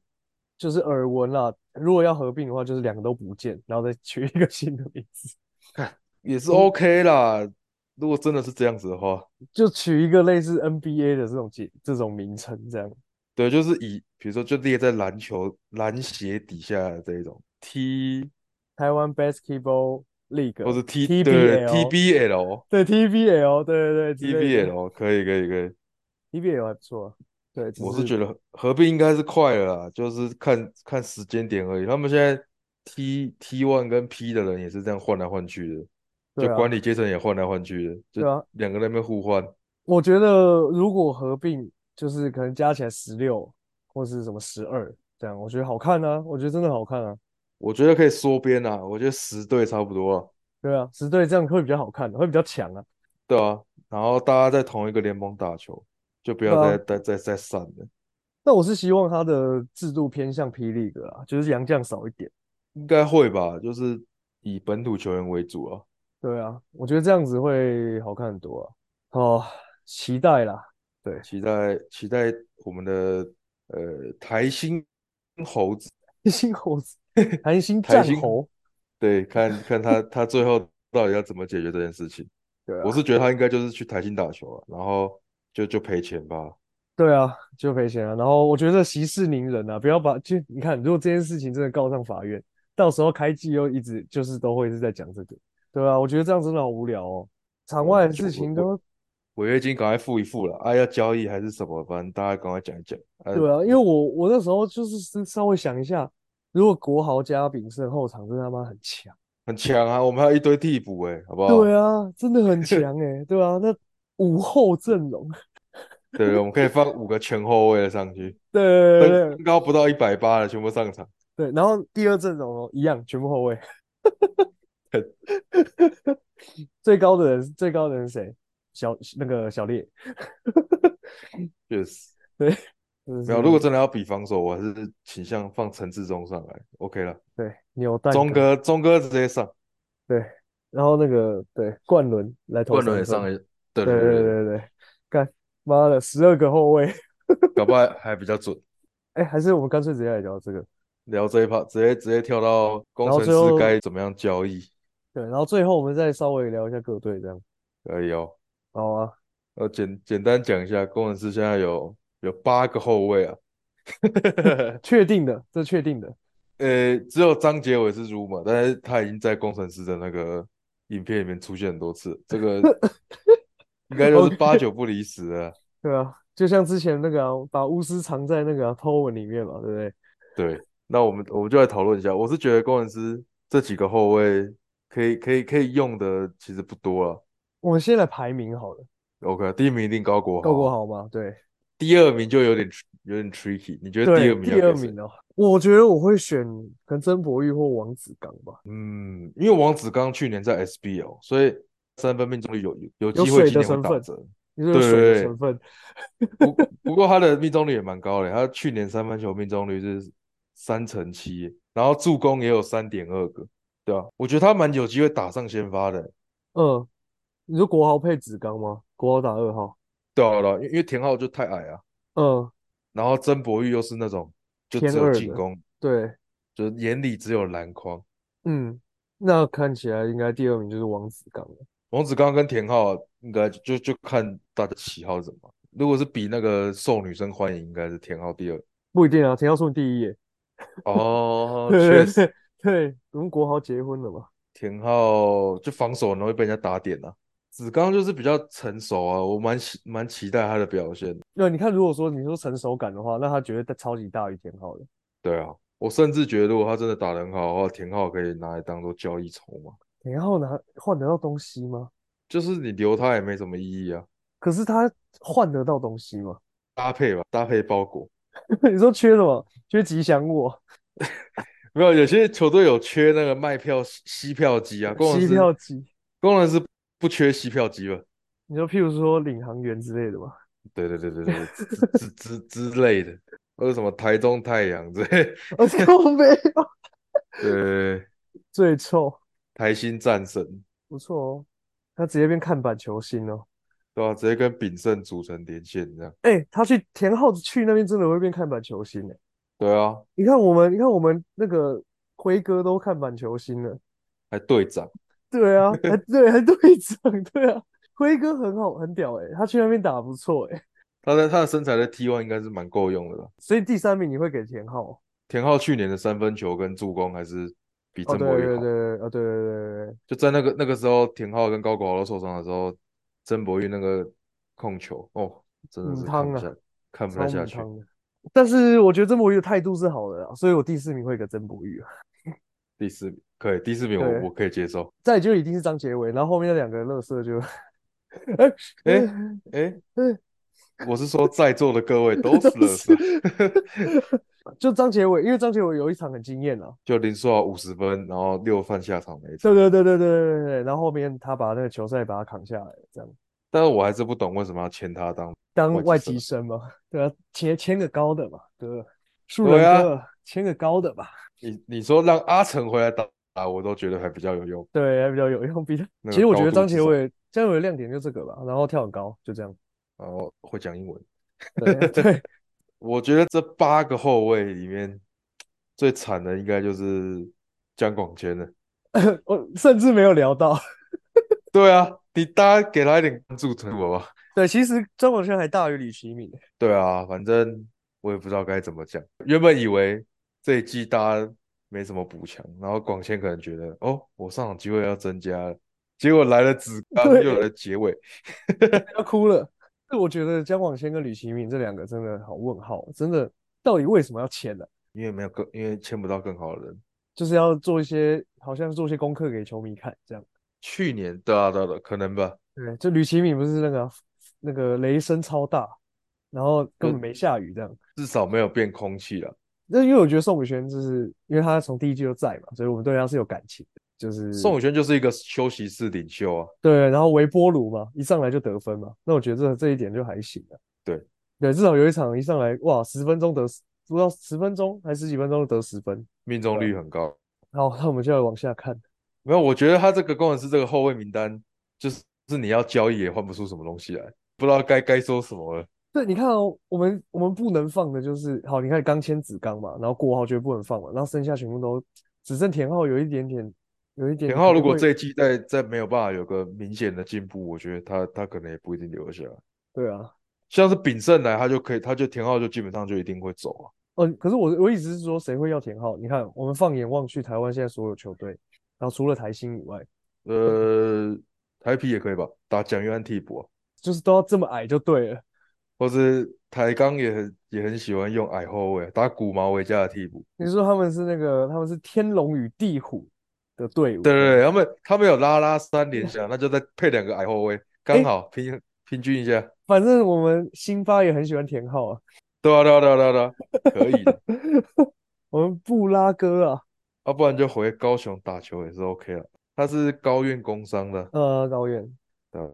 Speaker 1: 就是耳闻啦，如果要合并的话，就是两个都不见，然后再取一个新的名字，
Speaker 2: 也是
Speaker 1: 嗯
Speaker 2: OK 啦。如果真的是这样子的话，
Speaker 1: 就取一个类似 NBA 的这种解这种名称这样。
Speaker 2: 对，就是以比如说就列在篮球篮协底下的这一种 T
Speaker 1: 台湾 Basketball
Speaker 2: 或
Speaker 1: League
Speaker 2: 是 T 对
Speaker 1: TBL，
Speaker 2: TBL
Speaker 1: 对 TBL，对对对之类的
Speaker 2: TBL 可以可以可以，
Speaker 1: ，TBL 还不错啊，对，只
Speaker 2: 我是
Speaker 1: 是
Speaker 2: 觉得合并应该是快了啦，就是看看时间点而已。他们现在 T T one 跟 P 的人也是这样换来换去的，
Speaker 1: 对
Speaker 2: 就
Speaker 1: 啊
Speaker 2: 管理阶层也换来换去的，
Speaker 1: 对
Speaker 2: 就
Speaker 1: 啊，
Speaker 2: 两个在那边互换。
Speaker 1: 我觉得如果合并，就是可能加起来十六或是什么十二这样，我觉得好看啊，我觉得真的好看啊。
Speaker 2: 我觉得可以缩编啊，我觉得十队差不多了。
Speaker 1: 对啊，十队这样会比较好看，会比较强啊。
Speaker 2: 对啊，然后大家在同一个联盟打球，就不
Speaker 1: 对
Speaker 2: 要再
Speaker 1: 啊，
Speaker 2: 再再再散了。
Speaker 1: 但我是希望它的制度偏向霹雳的啊，就是洋将少一点。
Speaker 2: 应该会吧，就是以本土球员为主啊。
Speaker 1: 对啊，我觉得这样子会好看很多啊。哦，期待啦。 对，
Speaker 2: 期待期待我们的呃台新猴子，
Speaker 1: 新猴子，韩星
Speaker 2: 台
Speaker 1: 战
Speaker 2: 新
Speaker 1: 猴。
Speaker 2: 对，看看他他最后到底要怎么解决这件事情。
Speaker 1: 对
Speaker 2: 我
Speaker 1: 啊，
Speaker 2: 是觉得他应该就是去台新打球啊，然后就就赔钱吧。
Speaker 1: 对啊，就赔钱啊。然后我觉得息事宁人啊，不要把就你看，如果这件事情真的告上法院，到时候开季又一直就是都会是在讲这个。对啊，我觉得这样真的好无聊哦。场
Speaker 2: 对啊，
Speaker 1: 外的
Speaker 2: 就
Speaker 1: 事
Speaker 2: 违
Speaker 1: 情
Speaker 2: 违
Speaker 1: 都
Speaker 2: 违约金赶快付一付了啊，要交易还是什么，反正大家赶快讲一讲。啊，
Speaker 1: 对啊，因为我我那时候就是是稍微想一下，如果国豪加炳胜后场真他妈很强，
Speaker 2: 很强啊，我们还有一堆替补哎，好不
Speaker 1: 对
Speaker 2: 好？
Speaker 1: 啊，真的 很强诶、对啊，那五后阵容，
Speaker 2: 对，我们可以放五个全后卫的上去，
Speaker 1: 对对
Speaker 2: 身
Speaker 1: 对
Speaker 2: 身高不到一百八的全部上场。
Speaker 1: 对，然后第二阵容哦一样，全部后卫，最高的人最高的人是谁？小那个小烈，
Speaker 2: 确实，
Speaker 1: 对，就
Speaker 2: 没有。如果
Speaker 1: 是
Speaker 2: 真的要比防守，我还是倾向放陈志忠上来。OK 了，
Speaker 1: 对扭蛋
Speaker 2: 忠
Speaker 1: 哥，
Speaker 2: 哥，忠哥直接上，
Speaker 1: 对，然后那个对冠伦来投
Speaker 2: 冠伦
Speaker 1: 三
Speaker 2: 也上
Speaker 1: 分，
Speaker 2: 来。对
Speaker 1: 对
Speaker 2: 对
Speaker 1: 对
Speaker 2: 对对，
Speaker 1: 对对，干妈的十二个后卫，
Speaker 2: 搞不好还还比较准。
Speaker 1: 哎，还是我们干脆直接来聊这个。
Speaker 2: 聊这一趴，直接直接跳到工
Speaker 1: 然后
Speaker 2: 程
Speaker 1: 最
Speaker 2: 师
Speaker 1: 后
Speaker 2: 该怎么样交易，
Speaker 1: 对，然后最后我们再稍微聊一下各队这样。
Speaker 2: 可以哦。
Speaker 1: 好啊，
Speaker 2: 呃，简简单讲一下，工程师现在有有八个后卫啊，
Speaker 1: 确定的，这确定的。
Speaker 2: 呃，只有张杰伟是 rumor，但是他已经在工程师的那个影片里面出现很多次，这个应该就是八
Speaker 1: OK，
Speaker 2: 九不离十了。
Speaker 1: 对啊，就像之前那个啊，把巫师藏在那个啊 po 文里面嘛，对不对？
Speaker 2: 对，那我们我们就来讨论一下，我是觉得工程师这几个后卫可以可以可以用的其实不多了。
Speaker 1: 我们先来排名好了，
Speaker 2: OK，第一名一定高国
Speaker 1: 高国豪
Speaker 2: 豪，
Speaker 1: 嘛，对
Speaker 2: 第二名就有点 tr- 有点 tricky，你觉得第
Speaker 1: 对，
Speaker 2: 二名要
Speaker 1: 第二
Speaker 2: 给谁？
Speaker 1: 名哦，我觉得我会选跟曾博玉或王子刚吧，
Speaker 2: 嗯，因为王子刚去年在 SBL，所以三分命中率有有有
Speaker 1: 有
Speaker 2: 机会
Speaker 1: 水
Speaker 2: 今
Speaker 1: 的
Speaker 2: 年会
Speaker 1: 成
Speaker 2: 打
Speaker 1: 分，
Speaker 2: 折。
Speaker 1: 你说有
Speaker 2: 对
Speaker 1: 水的
Speaker 2: 对
Speaker 1: 成
Speaker 2: 对。
Speaker 1: 分，
Speaker 2: 不不过他的命中率也蛮高的，他去年三分球命中率是三成七，然后助攻也有三点二个，对啊，我觉得他蛮有机会打上先发的，
Speaker 1: 嗯，你说国豪配子刚吗？国豪打二号，
Speaker 2: 对啊，对啊，因为因为田浩就太矮啊，
Speaker 1: 嗯，
Speaker 2: 然后曾博玉又是那种就
Speaker 1: 偏
Speaker 2: 只有
Speaker 1: 二
Speaker 2: 进
Speaker 1: 的，
Speaker 2: 攻，
Speaker 1: 对，
Speaker 2: 就是眼里只有篮筐。
Speaker 1: 嗯，那看起来应该第二名就是王子刚了，
Speaker 2: 王子刚跟田浩应该就就看大家喜好是什么，如果是比那个受女生欢迎，应该是田浩第二。
Speaker 1: 不一定啊，田耀顺第一耶。
Speaker 2: 哦，
Speaker 1: 对
Speaker 2: 确
Speaker 1: 对
Speaker 2: 实，
Speaker 1: 对 对，我们国豪结婚了嘛？
Speaker 2: 田浩就防守很容易被人家打点啊。子刚就是比较成熟啊，我蛮期蛮期待他的表现的。
Speaker 1: 那你看，如果说你说成熟感的话，那他绝对超级大于田浩的。
Speaker 2: 对啊，我甚至觉得如果他真的打得很好的话，田浩可以拿来当做交易筹码。
Speaker 1: 田浩拿换得到东西吗？
Speaker 2: 就是你留它也没什么意义啊，
Speaker 1: 可是他换得到东西吗？
Speaker 2: 搭配吧，搭配包裹。
Speaker 1: 你说缺什么？缺吉祥物哦、
Speaker 2: 没有，有些球队有缺那个卖票吸吸票机啊，工
Speaker 1: 吸
Speaker 2: 程师
Speaker 1: 票机。
Speaker 2: 工程师不缺吸票机吧？
Speaker 1: 你说，譬如说领航员之类 的吧？
Speaker 2: 对对对对对，之之之之类的，或者什么台中太阳之 类，
Speaker 1: 我靠没有，
Speaker 2: 呃，
Speaker 1: 最臭，
Speaker 2: 台新战神，
Speaker 1: 不错哦，他直接变看板球星哦。
Speaker 2: 对吧、直接跟炳胜组成连线这样，
Speaker 1: 哎，他去田浩去那边真的会变看板球星哎。
Speaker 2: 对啊，
Speaker 1: 你看我们，你看我们那个辉哥都看板球星了。
Speaker 2: 还队长，
Speaker 1: 对啊，还 对，还队长，对啊，辉哥很好，很屌哎、他去那边打得不错哎、
Speaker 2: 他的他的身材在 T one 应该是蛮够用的啦。
Speaker 1: 所以第三名你会给田浩？
Speaker 2: 田浩去年的三分球跟助攻还是比
Speaker 1: 哦，
Speaker 2: 郑
Speaker 1: 对
Speaker 2: 博宇
Speaker 1: 对
Speaker 2: 好，
Speaker 1: 对，哦对对对对，
Speaker 2: 就在那个那个时候，田浩跟高国豪都受伤的时候，郑博宇那个控球哦，真的
Speaker 1: 母
Speaker 2: 是看
Speaker 1: 汤啊
Speaker 2: 不下，看不
Speaker 1: 超
Speaker 2: 太
Speaker 1: 母
Speaker 2: 下去。
Speaker 1: 汤的。但是我觉得曾博宇的态度是好的啦，所以我第四名会给曾博宇啊。
Speaker 2: 第四名可以，第四名
Speaker 1: 对
Speaker 2: 我我可以接受。
Speaker 1: 再来就一定是张杰伟，然后后面那两个乐色就， 哎
Speaker 2: 哎哎， 我是说在座的各位 都是乐色，
Speaker 1: 就张杰伟，因为张杰伟有一场很惊艳啊，
Speaker 2: 就林书豪五十分，然后六犯下场那一场。
Speaker 1: 对对对对对对对对，然后后面他把那个球赛把他扛下来，这样
Speaker 2: 但是我还是不懂为什么要签他当
Speaker 1: 当
Speaker 2: 外籍
Speaker 1: 外
Speaker 2: 生
Speaker 1: 籍生嘛，对啊，签签个高的嘛，对吧，树
Speaker 2: 对
Speaker 1: 人
Speaker 2: 啊
Speaker 1: 哥签个高的吧，
Speaker 2: 你你说让阿成回来打打，我都觉得还比较有用。
Speaker 1: 对，还比较有用。比他
Speaker 2: 那个
Speaker 1: 其实我觉
Speaker 2: 高
Speaker 1: 得
Speaker 2: 度
Speaker 1: 张
Speaker 2: 至
Speaker 1: 杰
Speaker 2: 少
Speaker 1: 伟张杰伟的亮点就这个吧，然后跳很高，就这 样。
Speaker 2: 然后会讲英文，
Speaker 1: 对对，
Speaker 2: 我觉得这八个后卫里面最惨的应该就是江广谦了。
Speaker 1: 我哦甚至没有聊到。
Speaker 2: 对啊，你大家给他一点关注度好吧？
Speaker 1: 对，其实张广轩还大于李奇敏。
Speaker 2: 对啊，反正我也不知道该怎么讲。原本以为这一季大家没什么补强，然后广谦可能觉得哦，我上场机会要增加了，结果来了子刚，
Speaker 1: 对
Speaker 2: 又来了结尾。
Speaker 1: 要哭了。那我觉得姜广谦跟吕其敏这两个真的好问号，真的到底为什么要签呢、
Speaker 2: 因为没有更，因为签不到更好的人。
Speaker 1: 就是要做一些好像做一些功课给球迷看这样。
Speaker 2: 去年对啊对啊对啊可能吧，
Speaker 1: 对，就吕其敏不是那个那个雷声超大，然后根本没下雨这样。
Speaker 2: 至少没有变空气了。
Speaker 1: 那因为我觉得宋宇轩就是因为他从第一季就在嘛，所以我们对他是有感情的。就是
Speaker 2: 宋宇轩就是一个休息室领袖啊，
Speaker 1: 对，然后微波炉嘛，一上来就得分嘛，那我觉得这这一点就还行啊。
Speaker 2: 对
Speaker 1: 对，至少有一场一上来哇，十分钟得不到十分钟还十几分钟就得十分，
Speaker 2: 命中率很高。
Speaker 1: 好，那我们就来往下看。
Speaker 2: 没有，我觉得他这个工程师这个后卫名单，就是是你要交易也换不出什么东西来，不知道该该说什么了。
Speaker 1: 对，你看哦，我们我们不能放的就是，好，你看刚签子刚嘛，然后国豪绝对不能放嘛，然后剩下全部都只剩田浩有一点点，有一点
Speaker 2: 田
Speaker 1: 点
Speaker 2: 浩
Speaker 1: 可
Speaker 2: 如
Speaker 1: 能
Speaker 2: 果
Speaker 1: 会
Speaker 2: 这一季再再没有办法有个明显的进步，我觉得他他可能也不一定留得下来。
Speaker 1: 对啊，
Speaker 2: 像是秉胜来，他就可以，他就田浩就基本上就一定会走啊。
Speaker 1: 哦，可是我我意思是说，谁会要田浩？你看，我们放眼望去，台湾现在所有球队，然后除了台新以外，
Speaker 2: 呃，台皮也可以吧，打蒋玉安替补啊，
Speaker 1: 就是都要这么矮就对了。
Speaker 2: 或是台钢也很也很喜欢用矮后卫啊，打古毛维加的替补。
Speaker 1: 你说他们是那个，他们是天龙与地虎的队伍，
Speaker 2: 对对对，他们他们有拉拉三连下，那就再配两个矮后卫，刚
Speaker 1: 诶
Speaker 2: 好平平均一下。
Speaker 1: 反正我们辛巴也很喜欢田浩啊，
Speaker 2: 对啊，对啊，对啊，对啊，对啊，可 以的。
Speaker 1: 我们布拉哥啊，
Speaker 2: 要、不然就回高雄打球也是 OK 了。他是高院工商的，
Speaker 1: 呃，高远。
Speaker 2: 对啊，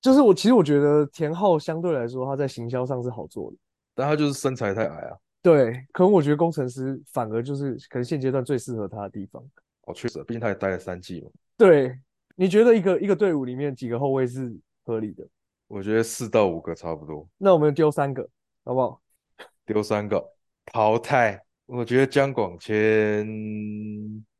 Speaker 1: 就是我其实我觉得田浩相对来说他在行销上是好做的，
Speaker 2: 但他就是身材太矮啊。
Speaker 1: 对。可能我觉得工程师反而就是可能现阶段最适合他的地方。
Speaker 2: 哦，确实，毕竟他也待了三季嘛。
Speaker 1: 对，你觉得一个一个队伍里面几个后卫是合理的？
Speaker 2: 我觉得四到五个差不多，
Speaker 1: 那我们丢三个，好不好？
Speaker 2: 丢三个淘汰。我觉得江广谦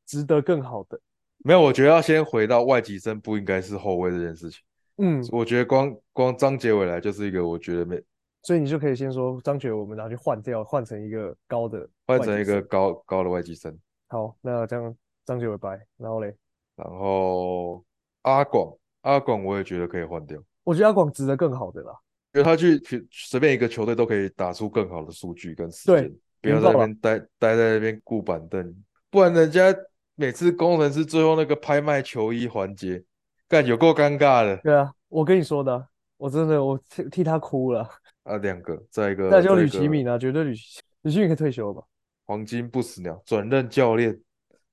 Speaker 1: 值得更好的。
Speaker 2: 没有，我觉得要先回到外籍生不应该是后卫这件事情。
Speaker 1: 嗯，
Speaker 2: 我觉得光光张杰伟来就是一个，我觉得没
Speaker 1: 所以你就可以先说张学友，我们拿去换掉，换成一个高的
Speaker 2: 换
Speaker 1: 外
Speaker 2: 成
Speaker 1: 籍
Speaker 2: 一个
Speaker 1: 生
Speaker 2: 高高的外籍生，
Speaker 1: 好，那这样张学友拜，然后嘞，
Speaker 2: 然后阿广阿广我也觉得可以换掉。
Speaker 1: 我觉得阿广值得更好的啦。
Speaker 2: 因为他去去随便一个球队都可以打出更好的数据跟时
Speaker 1: 对
Speaker 2: 间，不要
Speaker 1: 赢
Speaker 2: 在那
Speaker 1: 爆了
Speaker 2: 边待待在那边顾板凳，不然人家每次工程师最后那个拍卖球衣环节，干有够尴尬的
Speaker 1: 对啊，我跟你说的啊，我真的我替替他哭了。
Speaker 2: 啊！两个，再一个，
Speaker 1: 那就
Speaker 2: 再一
Speaker 1: 吕其
Speaker 2: 个
Speaker 1: 敏啊，绝对吕其吕其敏可以退休了吧？
Speaker 2: 黄金不死鸟转任教练，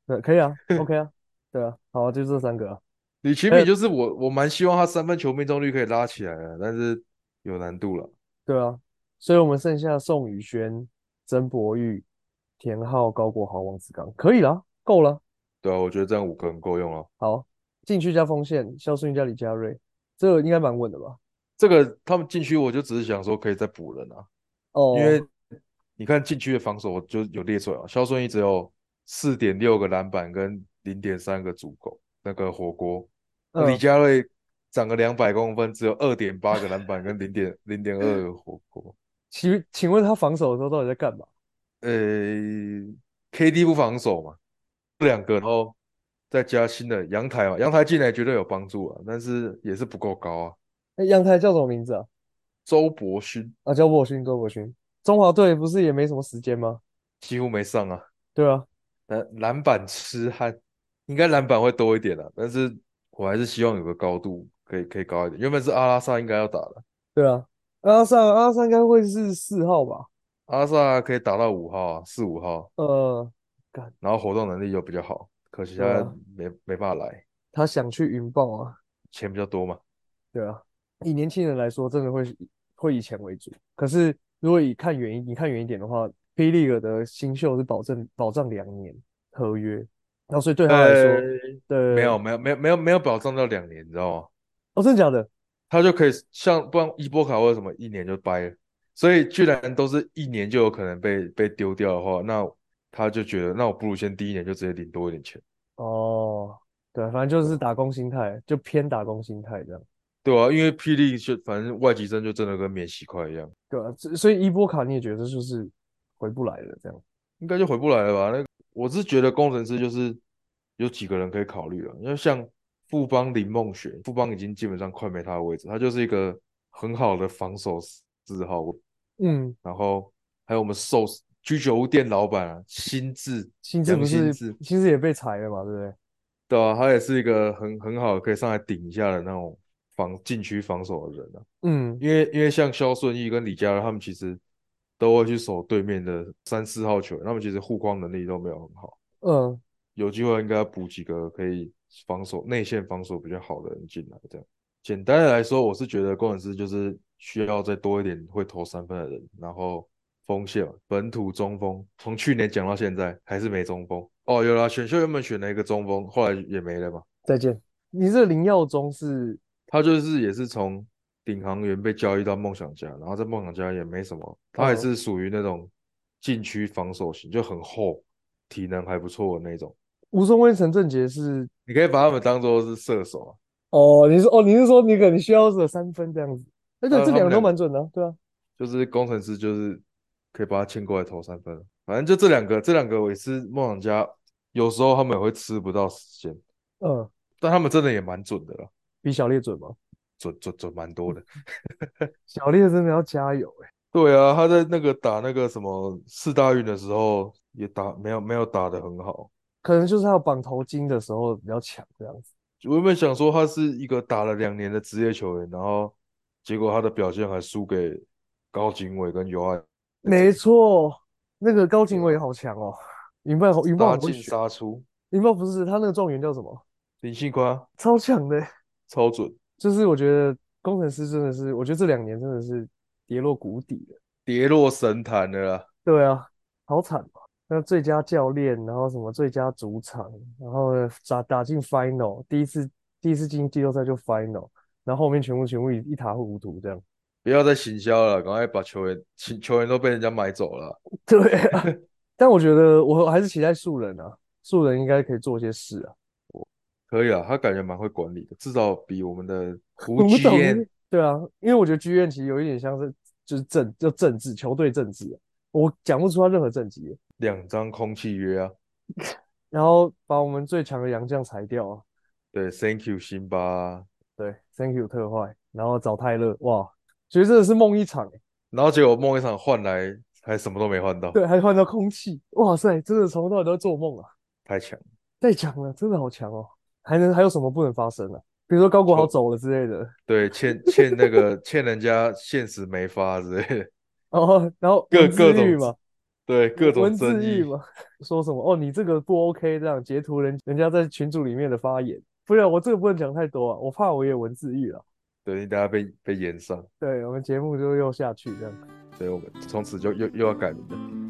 Speaker 1: 对，可以啊，OK 啊，对啊，好啊，就这三个啊。
Speaker 2: 李奇
Speaker 1: 还有
Speaker 2: 敏就是我，我蛮希望他三分球命中率可以拉起来的，但是有难度了。
Speaker 1: 对啊，所以我们剩下宋宇轩、曾博玉、田浩、高国豪、王子刚，可以啦，够了。
Speaker 2: 对啊，我觉得这样五个人够用了。
Speaker 1: 好，禁区加锋线，肖顺加李佳瑞，这个应该蛮稳的吧？
Speaker 2: 这个他们禁区，我就只是想说可以再补人啊，
Speaker 1: 哦，
Speaker 2: 因为你看禁区的防守，我就有列出来啊，肖顺义只有四点六个篮板跟零点三个助攻，那个火锅，那李
Speaker 1: 嗯
Speaker 2: 佳瑞长了两百公分，只有二点八个篮板跟零点零点二个火锅。
Speaker 1: 请请问他防守的时候到底在干嘛？
Speaker 2: 呃，KD 不防守嘛，这两个，然后再加新的阳台嘛，阳台进来绝对有帮助啊，但是也是不够高啊。
Speaker 1: 那哎阳台叫什么名字啊？
Speaker 2: 周伯勋
Speaker 1: 啊，周伯勋，周伯勋，中华队不是也没什么时间吗？
Speaker 2: 几乎没上啊，
Speaker 1: 对啊，
Speaker 2: 篮篮呃板痴汉，应该篮板会多一点啊，但是我还是希望有个高度可以可以高一点。原本是阿拉萨应该要打的，
Speaker 1: 对啊，阿尚阿尚应该会是四号吧？
Speaker 2: 阿拉萨可以打到五号啊，四五号，
Speaker 1: 呃，
Speaker 2: 然后活动能力又比较好，可惜
Speaker 1: 对
Speaker 2: 他
Speaker 1: 啊
Speaker 2: 没没办法来，
Speaker 1: 他想去云豹啊，
Speaker 2: 钱比较多嘛。
Speaker 1: 对啊，以年轻人来说，真的会以会以钱为主。可是如果以看远一，你看远一点的话，P League 的新秀是保证保障两年合约，那所以对他来说，
Speaker 2: 呃，
Speaker 1: 对，
Speaker 2: 没有没有没有没有没有保障到两年，你知道吗？
Speaker 1: 哦，真的假的？
Speaker 2: 他就可以像不然伊波卡或者什么一年就掰了，所以居然都是一年就有可能被被丢掉的话，那他就觉得那我不如先第一年就直接领多一点钱，
Speaker 1: 哦，对，反正就是打工心态，就偏打工心态这样。
Speaker 2: 对啊，因为霹雳就反正外籍生就真的跟免洗块一样，
Speaker 1: 对啊，所所以伊波卡你也觉得就是回不来了这样。
Speaker 2: 应该就回不来了吧？那个我是觉得工程师就是有几个人可以考虑了，因为像富邦林梦雪，富邦已经基本上快没他的位置，他就是一个很好的防守四号位，
Speaker 1: 嗯，
Speaker 2: 然后还有我们寿司居酒屋店老板啊，新智
Speaker 1: 薪资
Speaker 2: 杨
Speaker 1: 不
Speaker 2: 新
Speaker 1: 是
Speaker 2: 智
Speaker 1: 薪资也被裁了嘛，对不对？
Speaker 2: 对啊，他也是一个很很好可以上来顶一下的那种防禁区防守的人啊。
Speaker 1: 嗯，
Speaker 2: 因为因为像肖顺义跟李佳乐他们其实都会去守对面的三四号球员，他们其实护框能力都没有很好。
Speaker 1: 嗯，
Speaker 2: 有机会应该补几个可以防守内线防守比较好的人进来。这样简单的来说，我是觉得工程师就是需要再多一点会投三分的人，然后锋线嘛本土中锋，从去年讲到现在还是没中锋。哦，有啦，选秀原本选了一个中锋，后来也没了嘛。
Speaker 1: 再见。你这个林耀宗是
Speaker 2: 他就是也是从领航员被交易到梦想家，然后在梦想家也没什么，他也
Speaker 1: 嗯
Speaker 2: 是属于那种禁区防守型，就很厚，体能还不错的那种。
Speaker 1: 吴松威、陈振杰是
Speaker 2: 你可以把他们当做是射手啊，
Speaker 1: 哦，你是哦，你是说你可能需要这三分这样子？哎，对，
Speaker 2: 呃
Speaker 1: 这
Speaker 2: 他
Speaker 1: 两个都
Speaker 2: 们两个
Speaker 1: 蛮准的啊，对啊，
Speaker 2: 就是工程师就是可以把他牵过来投三分。反正就这两个，这两个我也是梦想家，有时候他们也会吃不到时间，
Speaker 1: 嗯，
Speaker 2: 但他们真的也蛮准的了，
Speaker 1: 比小烈准吗？
Speaker 2: 准准准蛮多的。
Speaker 1: 小烈真的要加油哎，
Speaker 2: 对啊，他在那个打那个什么四大运的时候也打没有没有打得很好。
Speaker 1: 可能就是他有绑头巾的时候比较强这样子。
Speaker 2: 我原本想说他是一个打了两年的职业球员，然后结果他的表现还输给高景伟跟尤爱，
Speaker 1: 没错，那个高景
Speaker 2: 对啊
Speaker 1: 伟好强哦，云豹好云豹
Speaker 2: 杀
Speaker 1: 很会
Speaker 2: 进
Speaker 1: 选，
Speaker 2: 杀出，
Speaker 1: 云豹不是他那个状元叫什么？
Speaker 2: 林信宽
Speaker 1: 超强的欸，
Speaker 2: 超准，
Speaker 1: 就是我觉得工程师真的是，我觉得这两年真的是跌落谷底了。
Speaker 2: 跌落神坛的啦。
Speaker 1: 对啊，好惨哦。那最佳教练，然后什么最佳主场，然后呢打打进 final，第一次第一次进季后赛就 final，然后后面全部全部一一塌糊涂这样。
Speaker 2: 不要再行销了，赶快把球员球球员都被人家买走了。
Speaker 1: 对啊， 但我觉得我还是期待素人啊，素人应该可以做些事啊。
Speaker 2: 可以啊，他感觉蛮会管理的，至少比我们的
Speaker 1: 我
Speaker 2: 胡
Speaker 1: 不
Speaker 2: 继
Speaker 1: 懂
Speaker 2: 燕，，
Speaker 1: 对啊，因为我觉得剧院其实有一点像是就是政就政治球队政治啊，我讲不出他任何政绩，
Speaker 2: 两张空气约啊。
Speaker 1: 然后把我们最强的洋将裁掉啊，
Speaker 2: 对，Thank you，辛巴啊。
Speaker 1: 对，Thank you 特坏，然后找泰勒，哇，觉得真的是梦一场欸
Speaker 2: 然后结果梦一场换来还什么都没换到，
Speaker 1: 对，还换到空气，哇塞，真的从头到尾都在做梦啊！
Speaker 2: 太强了。
Speaker 1: 太强了，真的好强哦！还能还有什么不能发生啊？比如说高国豪走了之类的，
Speaker 2: 对，欠欠那个欠人家现实没发之类的，
Speaker 1: 然后然后
Speaker 2: 各
Speaker 1: 文字
Speaker 2: 各种
Speaker 1: 狱嘛，
Speaker 2: 对各种
Speaker 1: 文字
Speaker 2: 争议
Speaker 1: 狱。嘛， 说什么哦你这个不 OK 这样截图人人家在群组里面的发言，不是我这个不能讲太多啊，我怕我也文字狱了。
Speaker 2: 对，大家被被延上，
Speaker 1: 对我们节目就又下去这样。
Speaker 2: 所以我们从此就又又要改名了。